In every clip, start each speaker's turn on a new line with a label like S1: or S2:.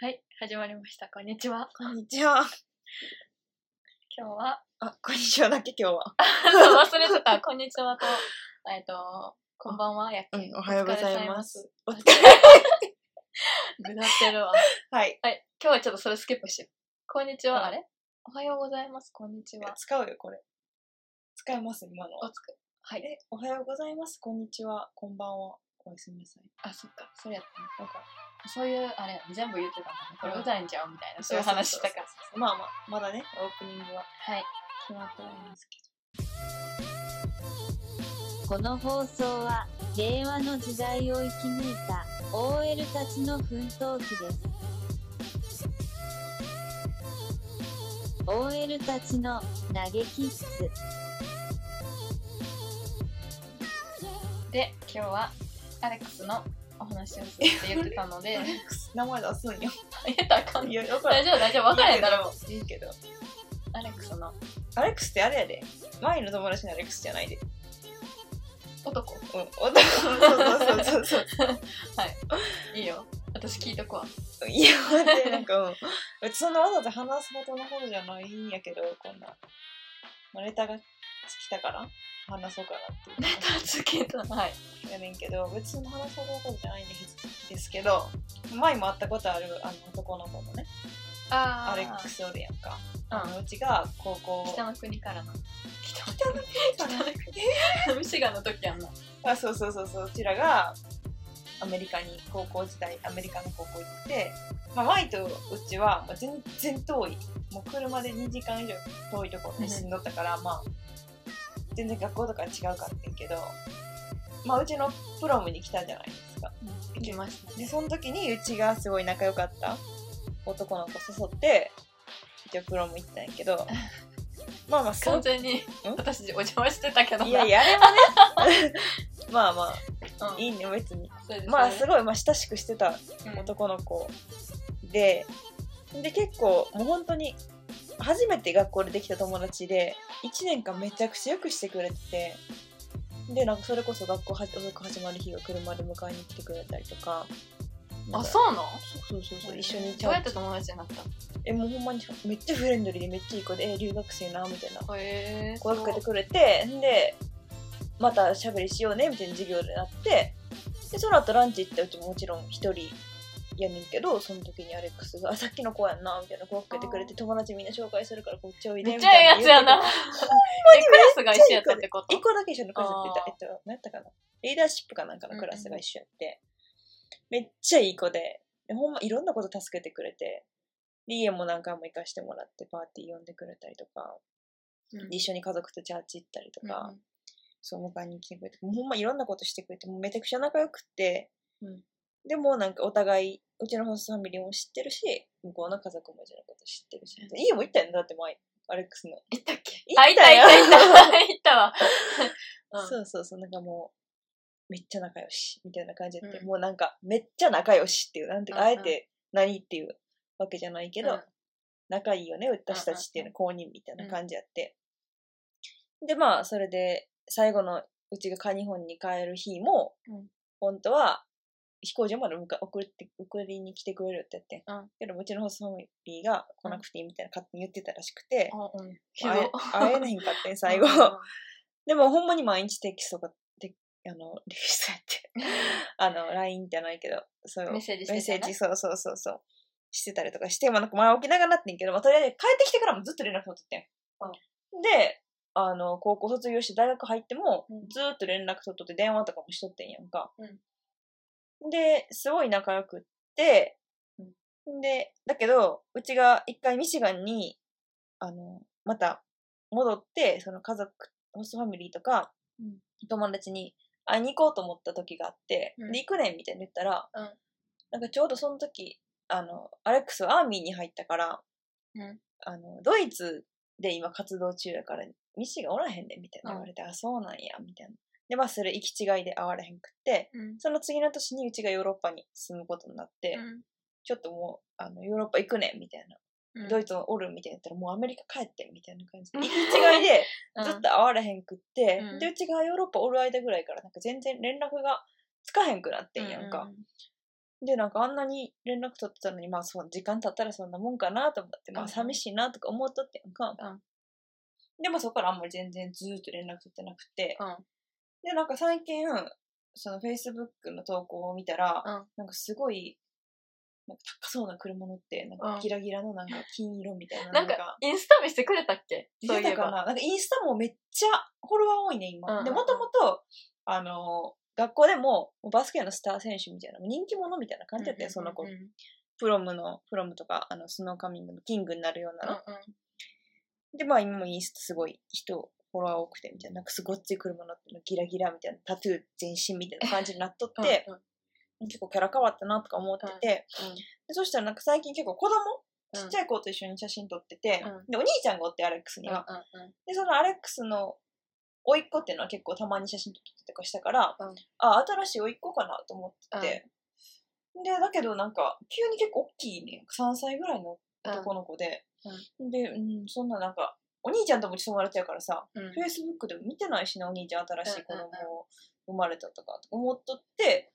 S1: はい、始まりました。こんにちは。
S2: こんにちは。
S1: 今日は、
S2: あ、こんにちはだっけ今日 は。
S1: 忘れてた、こんにちはと、えっと、こんばんは、やっ
S2: うん、おはようございます。。
S1: お 疲れ様ぐだってるわ。
S2: はい。
S1: はい、今日はちょっとそれスキップして。こんにちは、
S2: うん
S1: あれおはようございます、こんにちは。
S2: 使うよ、これ。使えます今の
S1: お。つく。はい。
S2: え、おはようございます。こんにちは。こんばんは。おやすみなさい。
S1: あ、そっか、それやったね。なんか、そういう、あれ、全部言ってたんだね。これうざいんちゃうみたいな、そういう話したから。
S2: そうそうそうまあまあ、まだね、オープニングは
S1: はい。
S2: 決まってないんですけ
S3: この放送は令和の時代を生き抜いた OL たちの奮闘記です OL たちの嘆き室
S1: で、今日は、アレックスのお話をするって言ってたので、
S2: ど。名前出す んよ。
S1: 言えたらあかん
S2: い
S1: ね
S2: や、よく
S1: 大丈夫、大丈夫、分からへんだろう。
S2: いいけど。
S1: アレックスの
S2: アレックスってあれやで。前の友達のアレックスじゃないで。
S1: 男
S2: うん、おたそうそうそう
S1: いいよ私聞いとく わ
S2: そう。いや、待って、なんか もう、うちそんなわざわざ話すことの方じゃないんやけど、こんな。まあネタが尽きたから、話そうかなっていう。
S1: 続けたはい
S2: やねんけど別に話そうことじゃないんですけど前も会ったことあるあの男の子のね
S1: あー
S2: アレックスおるやんか
S1: うん
S2: あのうちが高校
S1: 北の国からの北の
S2: 北
S1: 国か
S2: の
S1: らの ミシガンの時やんな
S2: あそうそうそうそううちらがアメリカに高校時代アメリカの高校行って、まあ、Y とうちはもう全然遠いもう車で2時間以上遠いところに住んどったから、まあ全然学校とか違うかってんけどまあうちのプロムに来たじゃないですか
S1: 行きました
S2: で
S1: ね
S2: その時にうちがすごい仲良かった男の子誘って一応プロも行ったんやけどまあまあそ
S1: 完
S2: う
S1: 全に私お邪魔してたけどない
S2: やいやあれもね まあまあ
S1: うん
S2: いいね別に
S1: それで
S2: まあ
S1: そ
S2: す
S1: れ
S2: ごいまあ親しくしてた
S1: うん
S2: 男の子でで結構もう本当に初めて学校でできた友達で1年間めちゃくちゃよくしてくれててでなんかそれこそ学校は遅く始まる日を車で迎えに来てくれたりとか
S1: あそうなの
S2: そうそうそう一緒にち
S1: どう
S2: ゃ
S1: や
S2: ん
S1: って友達になった
S2: えもうほんまにめっちゃフレンドリーでめっちゃいい子でえ留学生なみたいな
S1: のへえ
S2: 声かけてくれてんでまた喋りしようねみたいな授業でなってでその後ランチ行ったうちももちろん一人やねんけどその時にアレックスがあ「さっきの子やんな」みたいな声かけてくれて友達みんな紹介するからこっちおいで
S1: めっ
S2: み
S1: ちゃええ
S2: たいな
S1: やつやなえクラスが一緒やったってこと
S2: 一個だけ一緒のクラスやって
S1: あー
S2: たえっと何やったかなリーダーシップかなんか
S1: うん
S2: の
S1: うん
S2: クラスが一緒やって、めっちゃいい子ででほんまいろんなこと助けてくれてで家も何回も行かしてもらってパーティー呼んでくれたりとか
S1: うん
S2: で一緒に家族とチャーチ行ったりとか、
S1: うん
S2: そう迎えに来てくれてもうほんまいろんなことしてくれてもうめちゃくちゃ仲良くって、
S1: うん
S2: でもなんかお互いうちのホストファミリーも知ってるし向こうの家族もうちのこと知ってるし、
S1: う
S2: 家も行ったよねだって前アレックスの
S1: 行ったっけ
S2: 行
S1: あいたいたいたいた わうん
S2: そうそうそう、なんかもう、めっちゃ仲良し、みたいな感じで、
S1: うん
S2: もうなんか、めっちゃ仲良しっていう、なんていうか、
S1: うん
S2: あ
S1: うん
S2: えて何っていうわけじゃないけど、
S1: うん
S2: 仲いいよね、私たちっていうのは公認みたいな感じやって。で、まあ、それで、最後の、うちがカニ本に帰る日も、
S1: うん
S2: 本当は、飛行場まで迎え送って送りに来てくれるって言って、
S1: うん
S2: けどうちのホストファミリーが来なくていいみたいな勝手に言ってたらしくて、
S1: あうんけ
S2: 会え
S1: ど
S2: 会えないんかってん最後、でもほんまに毎日テキストが、てあの、テキストやって、あの、LINE じゃないけど、そう、
S1: メッセージして
S2: メッ
S1: た
S2: セ
S1: よ
S2: ー
S1: な
S2: ジ、そうそうそうそう、してたりとかして、まあなんか前置きながらなってんけど、まあとりあえず帰ってきてからもずっと連絡取っててん。で、あの、高校卒業して大学入っても
S1: うん、
S2: ずーっと連絡取っとって電話とかもしとってんやんか。で、すごい仲良くって、で、だけど、うちが一回ミシガンに、あの、また戻って、その家族、ホストファミリーとか、
S1: うん
S2: 友達に会いに行こうと思った時があって、
S1: うん
S2: で、行くねんみたいに言ったら、
S1: うん
S2: なんかちょうどその時、あの、アレックスはアーミーに入ったから、
S1: うん
S2: あの、ドイツで今活動中やから、ミシガンおらへんで、みたいな言われて、あ、そうなんや、みたいな。で、まあ、それ行き違いで会われへんくって、
S1: うん
S2: その次の年にうちがヨーロッパに住むことになって、ちょっともうあのヨーロッパ行くねみたいな、
S1: うん
S2: ドイツおるみたいなやったらもうアメリカ帰ってみたいな感じで
S1: うん
S2: 行き違いで
S1: うん
S2: ずっと会われへんくって、
S1: うん
S2: でうちがヨーロッパおる間ぐらいからなんか全然連絡がつかへんくなってんやんか、
S1: うう
S2: で、なんかあんなに連絡取ってたのに、まあそう、時間経ったらそんなもんかなと思って、ま
S1: う
S2: あ
S1: ん
S2: 寂しいなとか思っとってやんか。
S1: うん
S2: で、まあそこからあんまり全然ずーっと連絡取ってなくて。
S1: うん
S2: で、なんか最近、その Facebook の投稿を見たら、
S1: うん
S2: なんかすごい、なんか高そうな車乗って、なん
S1: う
S2: か
S1: ん
S2: ギラギラのなんか金色みたいな
S1: な
S2: の
S1: ん
S2: が。
S1: か、インスタ見せてくれたっけそうい
S2: 出
S1: え
S2: たか
S1: ば。
S2: ななんかインスタもめっちゃフォロワー多いね、今。
S1: うんうんうん
S2: で、もともと、あの、学校でももうバスケのスター選手みたいな、人気者みたいな感じだったよ、その子
S1: うん。うん
S2: プロムの、プロムとか、あの、スノーカミングのキングになるようなの。
S1: うん
S2: で、まあ今もインスタすごい人、フォロワー多くてみたいな、なんかすごっつい車乗ってるギラギラみたいな、タトゥー全身みたいな感じになっとっ
S1: うん、
S2: て、
S1: うん
S2: 結構キャラ変わったなとか思ってて、でそしたらなんか最近結構子供、
S1: うん
S2: ちっちゃい子と一緒に写真撮ってて、
S1: うん
S2: で、お兄ちゃんがおって、アレックスには。
S1: うんうんうん
S2: で、そのアレックスの甥っ子っていうのは結構たまに写真撮ってたりとかしたから、
S1: うん
S2: あ、新しい甥っ子かなと思ってて。で、だけどなんか、急に結構大きいね、3歳ぐらいの男の子で、で、うん、そんななんか、お兄ちゃんとも友達やからさ、
S1: うん
S2: Facebook でも見てないしな、お兄ちゃん新しい子
S1: うんうんうん
S2: 供生まれたとか思っとって、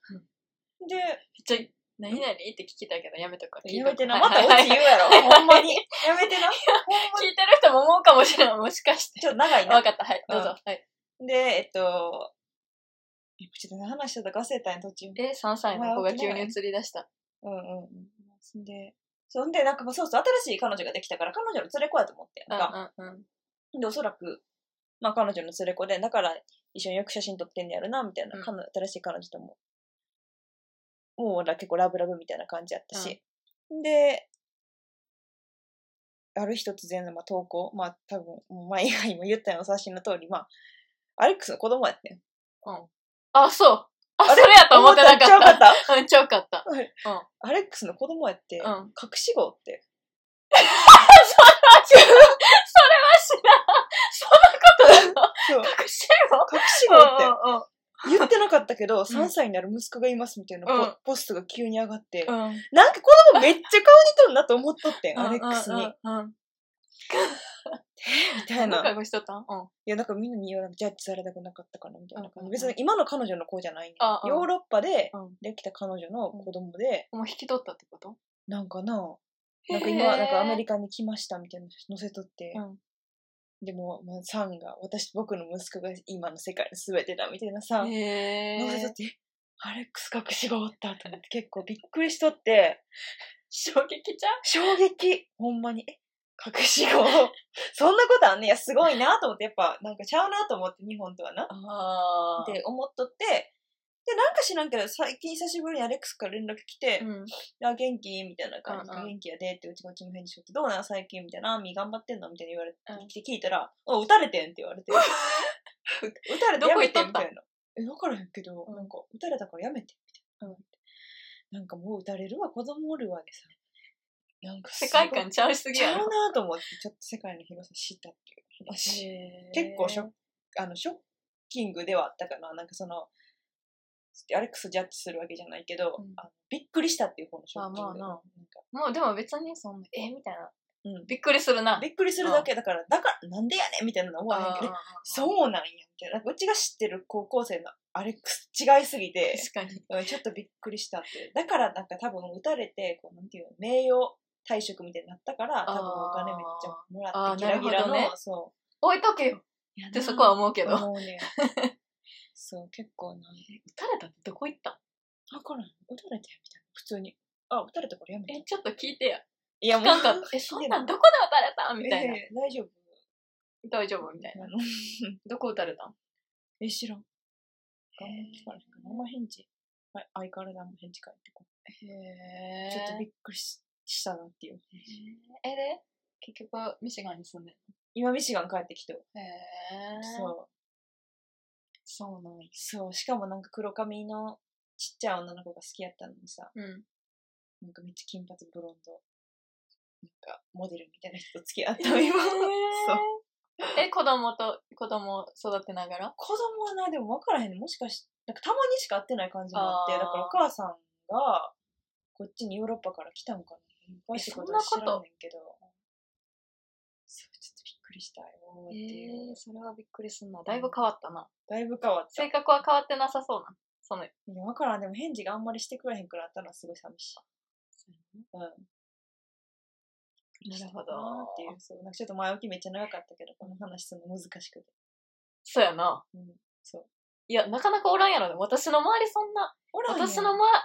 S2: で、
S1: めっちゃ、何々って聞きたいけど、やめとくわ
S2: やめてな、
S1: 聞い
S2: ま
S1: と
S2: た
S1: く
S2: オチ言うやろ、ほんま に。やめてな、ほんま
S1: 聞
S2: に。
S1: いてる人も思うかもしれない。もしかして。
S2: ちょっと長いな
S1: わ。かった。はい。どうぞ。はい。
S2: で、えっと、えちょっと話してたか忘れたんや途中。
S1: え、3歳の子が急に移り出した。
S2: うんうんうん。で、そんで、なんかまあそうそう、新しい彼女ができたから、彼女の連れ子やと思って
S1: うん
S2: やんか。
S1: うんうん。
S2: で、おそらく、まあ彼女の連れ子で、だから一緒によく写真撮ってんねやるな、みたいな、
S1: うん
S2: 彼女新しい彼女とも。もう俺ら結構ラブラブみたいな感じやったし。で、ある日突然の、まあ、投稿、まあ多分、もう前以外も言ったような写真の通り、まあ、アレックスの子供やってん。
S1: あ、そう。あ、
S2: あ
S1: そ
S2: れ
S1: れやと思ってなか
S2: 思
S1: っ
S2: ちゃう
S1: た。うん、ちゃうか った。
S2: アレックスの子供やって、
S1: うん。うん。
S2: 隠し子って。 そう。
S1: 隠し子
S2: 隠し子って。
S1: うんうん
S2: 言ってなかったけど、3歳になる息子がいますみたいなポ、
S1: うん
S2: ポストが急に上がって、
S1: うん。うん
S2: なんか子供めっちゃ顔似とんなと思っとってん、アレックスに。。
S1: うんうん。
S2: みたいな。い
S1: 隠しとったんうん。
S2: や、なんかみんなに言われジャッジされたくなかったかな、みたいな
S1: うんうん
S2: 感
S1: う
S2: じ。
S1: ん
S2: 別に今の彼女の子じゃないね
S1: ああ
S2: ヨーロッパで
S1: うん
S2: できた彼女の子供で、
S1: もう引き取ったってこと
S2: なんかな、なんか今、なんかアメリカに来ましたみたいなの載せとって、
S1: うん
S2: でも、まあ、サンが、私、僕の息子が今の世界の全てだ、みたいなさ、
S1: へ
S2: 載せと
S1: ぇ
S2: って、えアレックス隠しがおったと思って結構びっくりしとって、
S1: 衝撃ちゃう
S2: 衝撃ほんまに。え隠し子 そんなことあんねいや、すごいなと思って、やっぱ、なんかちゃうなと思って、日本とはな。っ
S1: あ
S2: て思っとって、で、なんか知らんけど、最近久しぶりにアレックスから連絡来て、
S1: うん。
S2: あ、元気みたいな感じで、
S1: うんうん
S2: 元気やでって、うちこっちも返事しとって、どうなん最近みたいな、アーミー頑張ってんのみたいな言われて、
S1: うん
S2: 聞いたら、あ、撃たれてんって言わ れて、撃たれてやめてみたいな。え、わからへんけど、
S1: うん
S2: なんか、撃たれたからやめて、みたいな。なんかもう撃たれるわ、子供おるわでさ。なんかすご
S1: 世
S2: い
S1: 界観ちゃうしすぎ
S2: ちゃ
S1: や
S2: うな
S1: ろ。
S2: と思って、ちょっと世界の広さ知ったっていう話。結
S1: 結
S2: 構ショッあの、ショッキングではあったかな。なんかその、アレックスジャッジするわけじゃないけど、
S1: うん
S2: あのびっくりしたっていう方のショッキング。
S1: あまあな
S2: なんか
S1: もうでも別にその、えみたいな。
S2: うん
S1: びっくりするな。
S2: びっくりするだけだから、だからなんでやねんみたいなのは思わへんけど、え
S1: う。
S2: そうなんや、みたいな。なんかうちが知ってる高校生のアレックス違いすぎ て、
S1: 確かに。
S2: うんちょっとびっくりしたっていう。だからなんか多分打たれて、こうなんていうの、名誉退職みたいになったから、多分お金めっちゃもら
S1: あ
S2: っ
S1: ー
S2: て、ギラギラの、
S1: なるほどね
S2: そ
S1: 置いとけよ。
S2: う。
S1: ってそこは思うけど。
S2: 思う ね。そう、結構な。
S1: 撃たれたってどこ行った
S2: わからん。打たれてみたいな。普通に。あ、打たれたからやめ
S1: え
S2: て。、
S1: ちょっと聞いてや。
S2: いや、
S1: 聞かんかった。え、そんなんどこで撃たれた
S2: え
S1: みたいな。
S2: え大丈夫
S1: 大丈夫みたいな。
S2: あの
S1: どこ撃たれたん
S2: え、知らん。頑張ってからへんかな。あんま返事。はい、相変わらずあんま返事返ってこ
S1: へ
S2: ない。ちょっとびっくりししたなっていう。
S1: え、で、結局、ミシガンに住んでる。
S2: 今、ミシガン帰ってきて。
S1: へえ。
S2: そう。
S1: そうなんや。
S2: そう、しかもなんか黒髪のちっちゃい女の子が好きやったのにさ、
S1: うん。
S2: なんかめっちゃ金髪ブロンド、なんかモデルみたいな人と付き合ったの今。
S1: へ ー
S2: そう
S1: え、子供と、子供を育てながら
S2: 子供はな、でも分からへんね。もしかし、なんかたまにしか会ってない感じもあって、
S1: あー
S2: だからお母さんがこっちにヨーロッパから来たんかな。詳しいことは
S1: えそ
S2: 知
S1: んなこと
S2: らんねんけど。そう、ちょっとびっくりしたよーっ
S1: え
S2: ていう。
S1: ー、それはびっくりすんな。だいぶ変わったな。
S2: だいぶ変わった。
S1: 性格は変わってなさそうな。その、
S2: 今からんでも返事があんまりしてくれへんくなったのはすごい寂しい。うん。なるほどなっていう、そう。なんかちょっと前置きめっちゃ長かったけど、この話するの難しくて。
S1: そうやな。
S2: うん。そう。
S1: いや、なかなかおらんやろね。私の周りそんな、
S2: おらんやん
S1: 私の周り、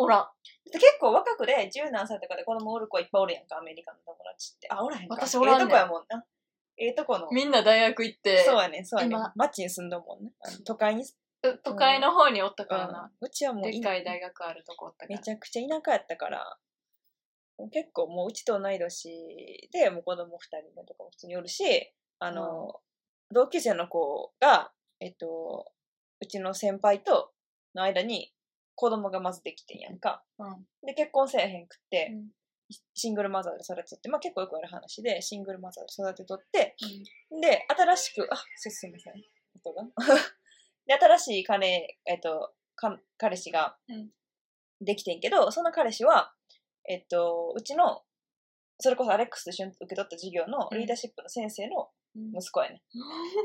S1: おらん。
S2: 結構若くで十何歳とかで子供おる子いっぱいおるやんか、アメリカの友達って。あ、おらへんか。
S1: 私おらんねん
S2: ええとこやもんな。ええとこの。
S1: みんな大学行って、
S2: そうやねんそうやねん
S1: 今。
S2: 街に住んどんもんね。あの都会に住ん
S1: 都会の方におったからな。
S2: うちはもう
S1: でっかい大学あるとこおったか
S2: め
S1: ら。
S2: ちゃくちゃ田舎やったから、結構もううちと同い年で、もう子供二人目とかも普通におるし、あの、同級生の子が、えっと、うちの先輩との間に子供がまずできてんやんか。
S1: うん
S2: で、結婚せえへんくって、
S1: うん
S2: シングルマザーで育てとって、まあ結構よくある話で、シングルマザーで育てとって、で、新しく、あ、すすいません。音が。 で、新しい彼、えっと、か彼氏が
S1: うん
S2: できてんけど、その彼氏は、えっと、うちの、それこそアレックスと一緒に受け取った授業の
S1: うん
S2: リーダーシップの先生の
S1: うん
S2: 息子やね、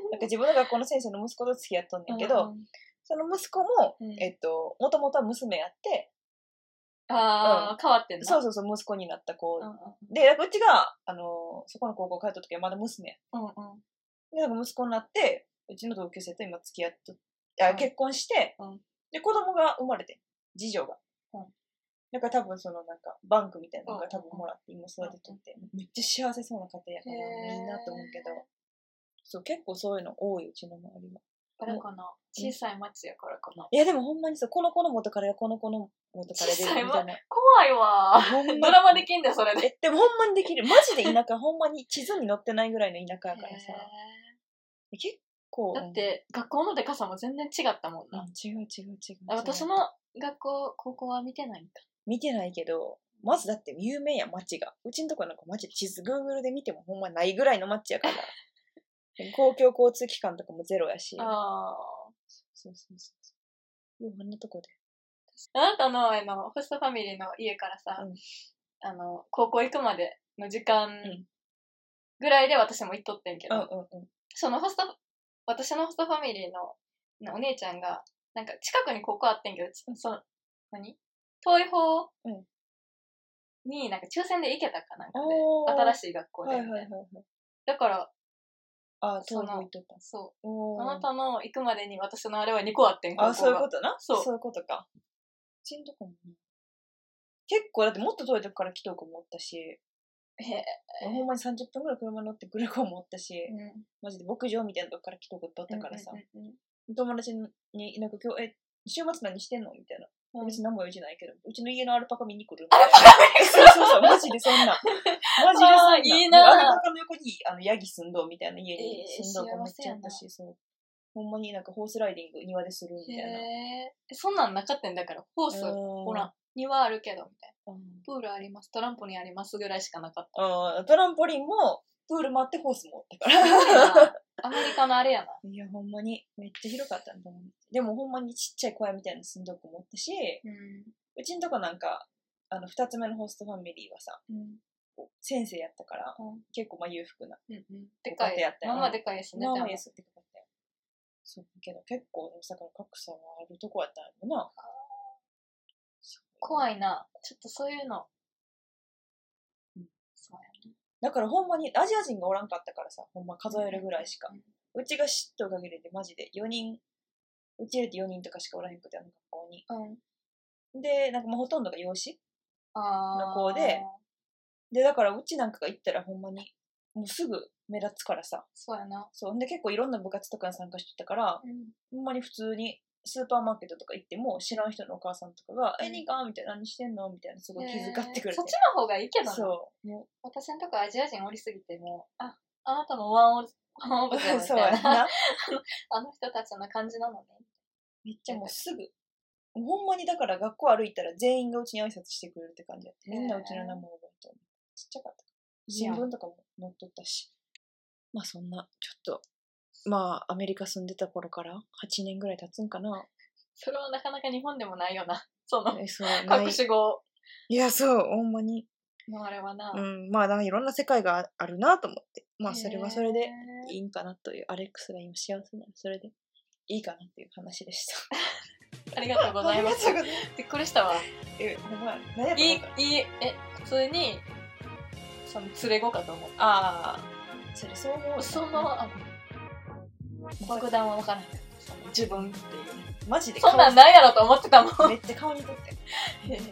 S2: ん。だから自分の学校の先生の息子と付き合 っとんねんけ
S1: う
S2: ど、、
S1: ん
S2: その息子も、
S1: うん
S2: えっと、もともとは娘やって、
S1: ああ、変わってんな。
S2: そうそうそう、息子になった子
S1: うんうん
S2: で、だからうちが、あの、そこの高校帰った時はまだ娘
S1: う
S2: や
S1: んうん
S2: で、なんか息子になって、うちの同級生と今付き合っと、あ
S1: うん
S2: 結婚して、
S1: うん
S2: で、子供が生まれて、次女が。
S1: うん
S2: だから多分そのなんか、バンクみたいなの
S1: う
S2: が
S1: ん
S2: 多分もらって、今育てとって、めっちゃ幸せそうな家庭やから、
S1: へー
S2: いいなと思うけど、そう、結構そういうの多い、うちの周りは。
S1: あれかな小さい町やからかない
S2: や、でもほんまにそう、この子の元彼がこの子の元彼で、
S1: 小
S2: み
S1: さ
S2: た
S1: い
S2: い
S1: わ
S2: な。
S1: 怖いわ
S2: ほんま
S1: ー
S2: に
S1: ドラマできんだよそれで
S2: え、でもほんまにできる。マジで田舎、ほんまに地図に載ってないぐらいの田舎やからさ。で結構。
S1: だって学校のでかさも全然違ったもん
S2: うん、
S1: な
S2: うん違う違う違う。
S1: あ私
S2: 違う
S1: の学校高校は見てないんか
S2: 見てないけど、まずだって有名や街が。うちんとこなんか街地図、Google で見てもほんまないぐらいの街や から。公共交通機関とかもゼロやし。
S1: あ
S2: そうそうそうそう。うん、あんなとこで。
S1: ああなたのあのホストファミリーの家からさ、
S2: うん
S1: あの高校行くまでの時間
S2: ん
S1: ぐらいで私も行っとってんけ
S2: う
S1: ど、
S2: んうんうん。
S1: そのホスト私のホストファミリーのなお姉ちゃんがなんか近くに高校あってんけどちその何遠い方
S2: うん
S1: になんか抽選で行けたかなんかで、
S2: お
S1: 新
S2: し
S1: しい学校
S2: は
S1: で、
S2: いはいはいはい。
S1: だから
S2: あー、
S1: そ
S2: 遠
S1: の
S2: く行っとった。
S1: そ
S2: お
S1: う
S2: ー
S1: あなたの行くまでに私のあれは2個あってん高校が
S2: あ、そういうことな。
S1: そう
S2: いうことか。うちんとこもね。結構だってもっと遠いとこから来とくもおったし、
S1: へえ
S2: ほんまに30分ぐらい車乗ってくる子もおったし、
S1: うん
S2: マジで牧場みたいなとこから来とくっておったからさ。
S1: うんうんうん
S2: 友達に、なんか今日、え、週末何してんのみたいな。別に何も用事ないけど、うちの家のアルパカ見に来るアルパカ見に来るそうそうそう、マジでそんな。マジでそん
S1: あ
S2: な。
S1: ーいいな
S2: アルパカの横に、あの、ヤギ住んどうみたいな家に住んど
S1: え
S2: う
S1: ー
S2: 子めっちゃあったし、そう。ほんまになんかホースライディング庭でするみたいな。
S1: へえそんなんなかったんだからホースほ
S2: ほ
S1: ら。庭あるけどみたいな
S2: うん
S1: プールありますトランポリンありますぐらいしかなかった
S2: うんトランポリンも、プールもあってホースもあったから。
S1: アメリカのあれやな。
S2: いや、ほんまに、めっちゃ広かったんだもん。でもほんまにちっちゃい小屋みたいなの住んどくもおったし、
S1: うん。
S2: うちんとこなんか、あの、二つ目のホストファミリーはさ、
S1: うん。
S2: 先生やったから、
S1: うん
S2: 結構まあ裕福な。
S1: うん。でか
S2: ご家庭やっ
S1: い。
S2: たよ
S1: まあまあでかいですね。
S2: まあ
S1: で
S2: ま
S1: も
S2: あ安くてよかったよ。そうけど結構大阪の格差はあるとこやったんやろな。
S1: 怖いな。ちょっとそういうの。
S2: うん
S1: そうや
S2: だからほんまにアジア人がおらんかったからさ、ほんま数えるぐらいしか
S1: うん。
S2: うちが知っとる限りでマジで4人、うち入れて4人とかしかおらへんくて、あの学校に。
S1: な。うん。
S2: で、なんかもうほとんどが養子。
S1: ああ。
S2: の子で。で、だからうちなんかが行ったらほんまに、もうすぐ目立つからさ。
S1: そうやな。
S2: そう。んで結構いろんな部活とかに参加してたから、
S1: うん。
S2: ほんまに普通にスーパーマーケットとか行っても知らん人のお母さんとかが「
S1: うん
S2: えにか?」みたいな「何してんの?」みたいなすごい気遣ってくれて、
S1: そっちの方がいいけどな。
S2: そうも
S1: 私のとこアジア人おりすぎてもう、あ、あなたもワンオブ、ワンオブ
S2: う
S1: だよみ
S2: そう
S1: た
S2: や
S1: いな。
S2: な
S1: あの人たちの感じなのね。
S2: めっちゃもうすぐほんまにだから学校歩いたら全員がうちに挨拶してくれるって感じやってみんなうちの名前覚えてるちっちゃかった新聞とかも載っとったしまあそんなちょっとまあアメリカ住んでた頃から8年ぐらい経つんかな
S1: それはなかなか日本でもないよな。その、
S2: えそうない
S1: 隠し語
S2: いやそうほんまに
S1: のあれはな。
S2: うんまあなんかいろんな世界がああるなと思ってまあそれはそれで
S1: へー
S2: いいんかなという、アレックスが今幸せならそれでいいかなっていう話でした。
S1: ありがとうございます
S2: ありがとうございます
S1: びっくり したわ
S2: え、ほんまや、何やと
S1: い
S2: 思
S1: い
S2: った
S1: いいえ普通にその連れ子かと思っ
S2: ああ、それそう思う。
S1: たそのあ爆弾は分からないその自分ってい
S2: マジで
S1: うそんなんないやろと思ってたもん
S2: 顔めっちゃ顔にとって。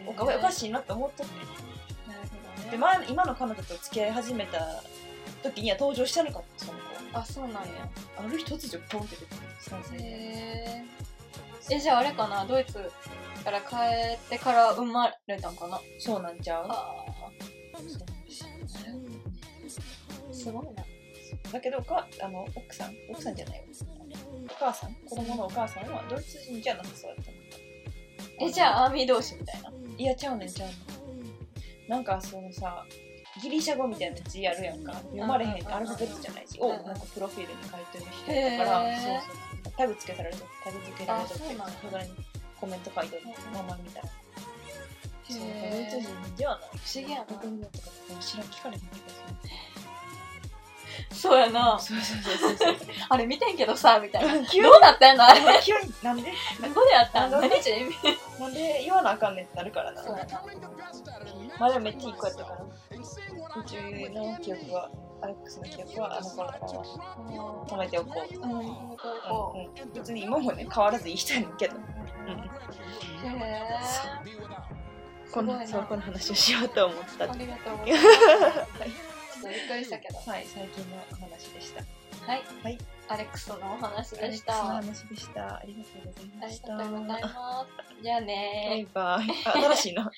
S2: おかおか
S1: い
S2: しいなって思っとって。
S1: なるほど
S2: で、
S1: ね
S2: まあ、今の彼女と付き合い始めた時には登場したのかって、その子。
S1: あそうなんや
S2: ある日突如ポンって出てくる3歳で
S1: へええじゃああれかなドイツから帰ってから生まれたんかな
S2: そうなんちゃう
S1: あ
S2: そう
S1: あすごいな
S2: だけどおかあの奥さん奥さんじゃないよお母さん子供のお母さんはドイツ人じゃなさそうだったの
S1: えじゃあアーミー同士みたいない
S2: やちゃうねんちゃうねんなんかそのさギリシャ語みたいな字やるやんか読まれへ
S1: うんうんうん
S2: ん
S1: うん
S2: アルファベットじゃないし
S1: うん
S2: を
S1: うん
S2: なんかプロフィールに書いてる人やったから
S1: へー
S2: そうそうタグつけられとるタグ付けられと
S1: あ
S2: って
S1: そうなんだ
S2: それにコメント書いてる
S1: うん
S2: 名前みたいなそうドイ
S1: へー
S2: ツ人ではない
S1: 不思議やな
S2: 国名とかって知らん聞かれへんけどさ
S1: そうやな
S2: そうそうそうそうそう。
S1: あれ見てんけどさみたいな
S2: 急に
S1: どうなったんやのあれ
S2: 急になんで
S1: どこでやったん
S2: な
S1: 何
S2: んか
S1: 時に
S2: なんで言わなあかんねんってなるからな。
S1: そうやな
S2: まだめっちゃいい子やったから。宇宙の記憶は、アレックスの記憶はあの頃からは止めておこう。
S1: うんこうこ
S2: うんうん、別に今もね、変わらずいい人やねんけど。うん。
S1: うへえ
S2: こ
S1: すご
S2: の、
S1: いな
S2: そう、この話をしようと思っ
S1: あ
S2: た。はい、
S1: りがとうございますちょっとびっくりしたけど
S2: 最近のお話でした。
S1: はい、
S2: はい
S1: アレックスのお話
S2: アレ
S1: でし
S2: ックス
S1: た
S2: の
S1: あ
S2: 話でした。ありがとうございま
S1: り
S2: した。
S1: がとうございま
S2: バ
S1: すじゃあねー
S2: イバイ。あ、新しいな。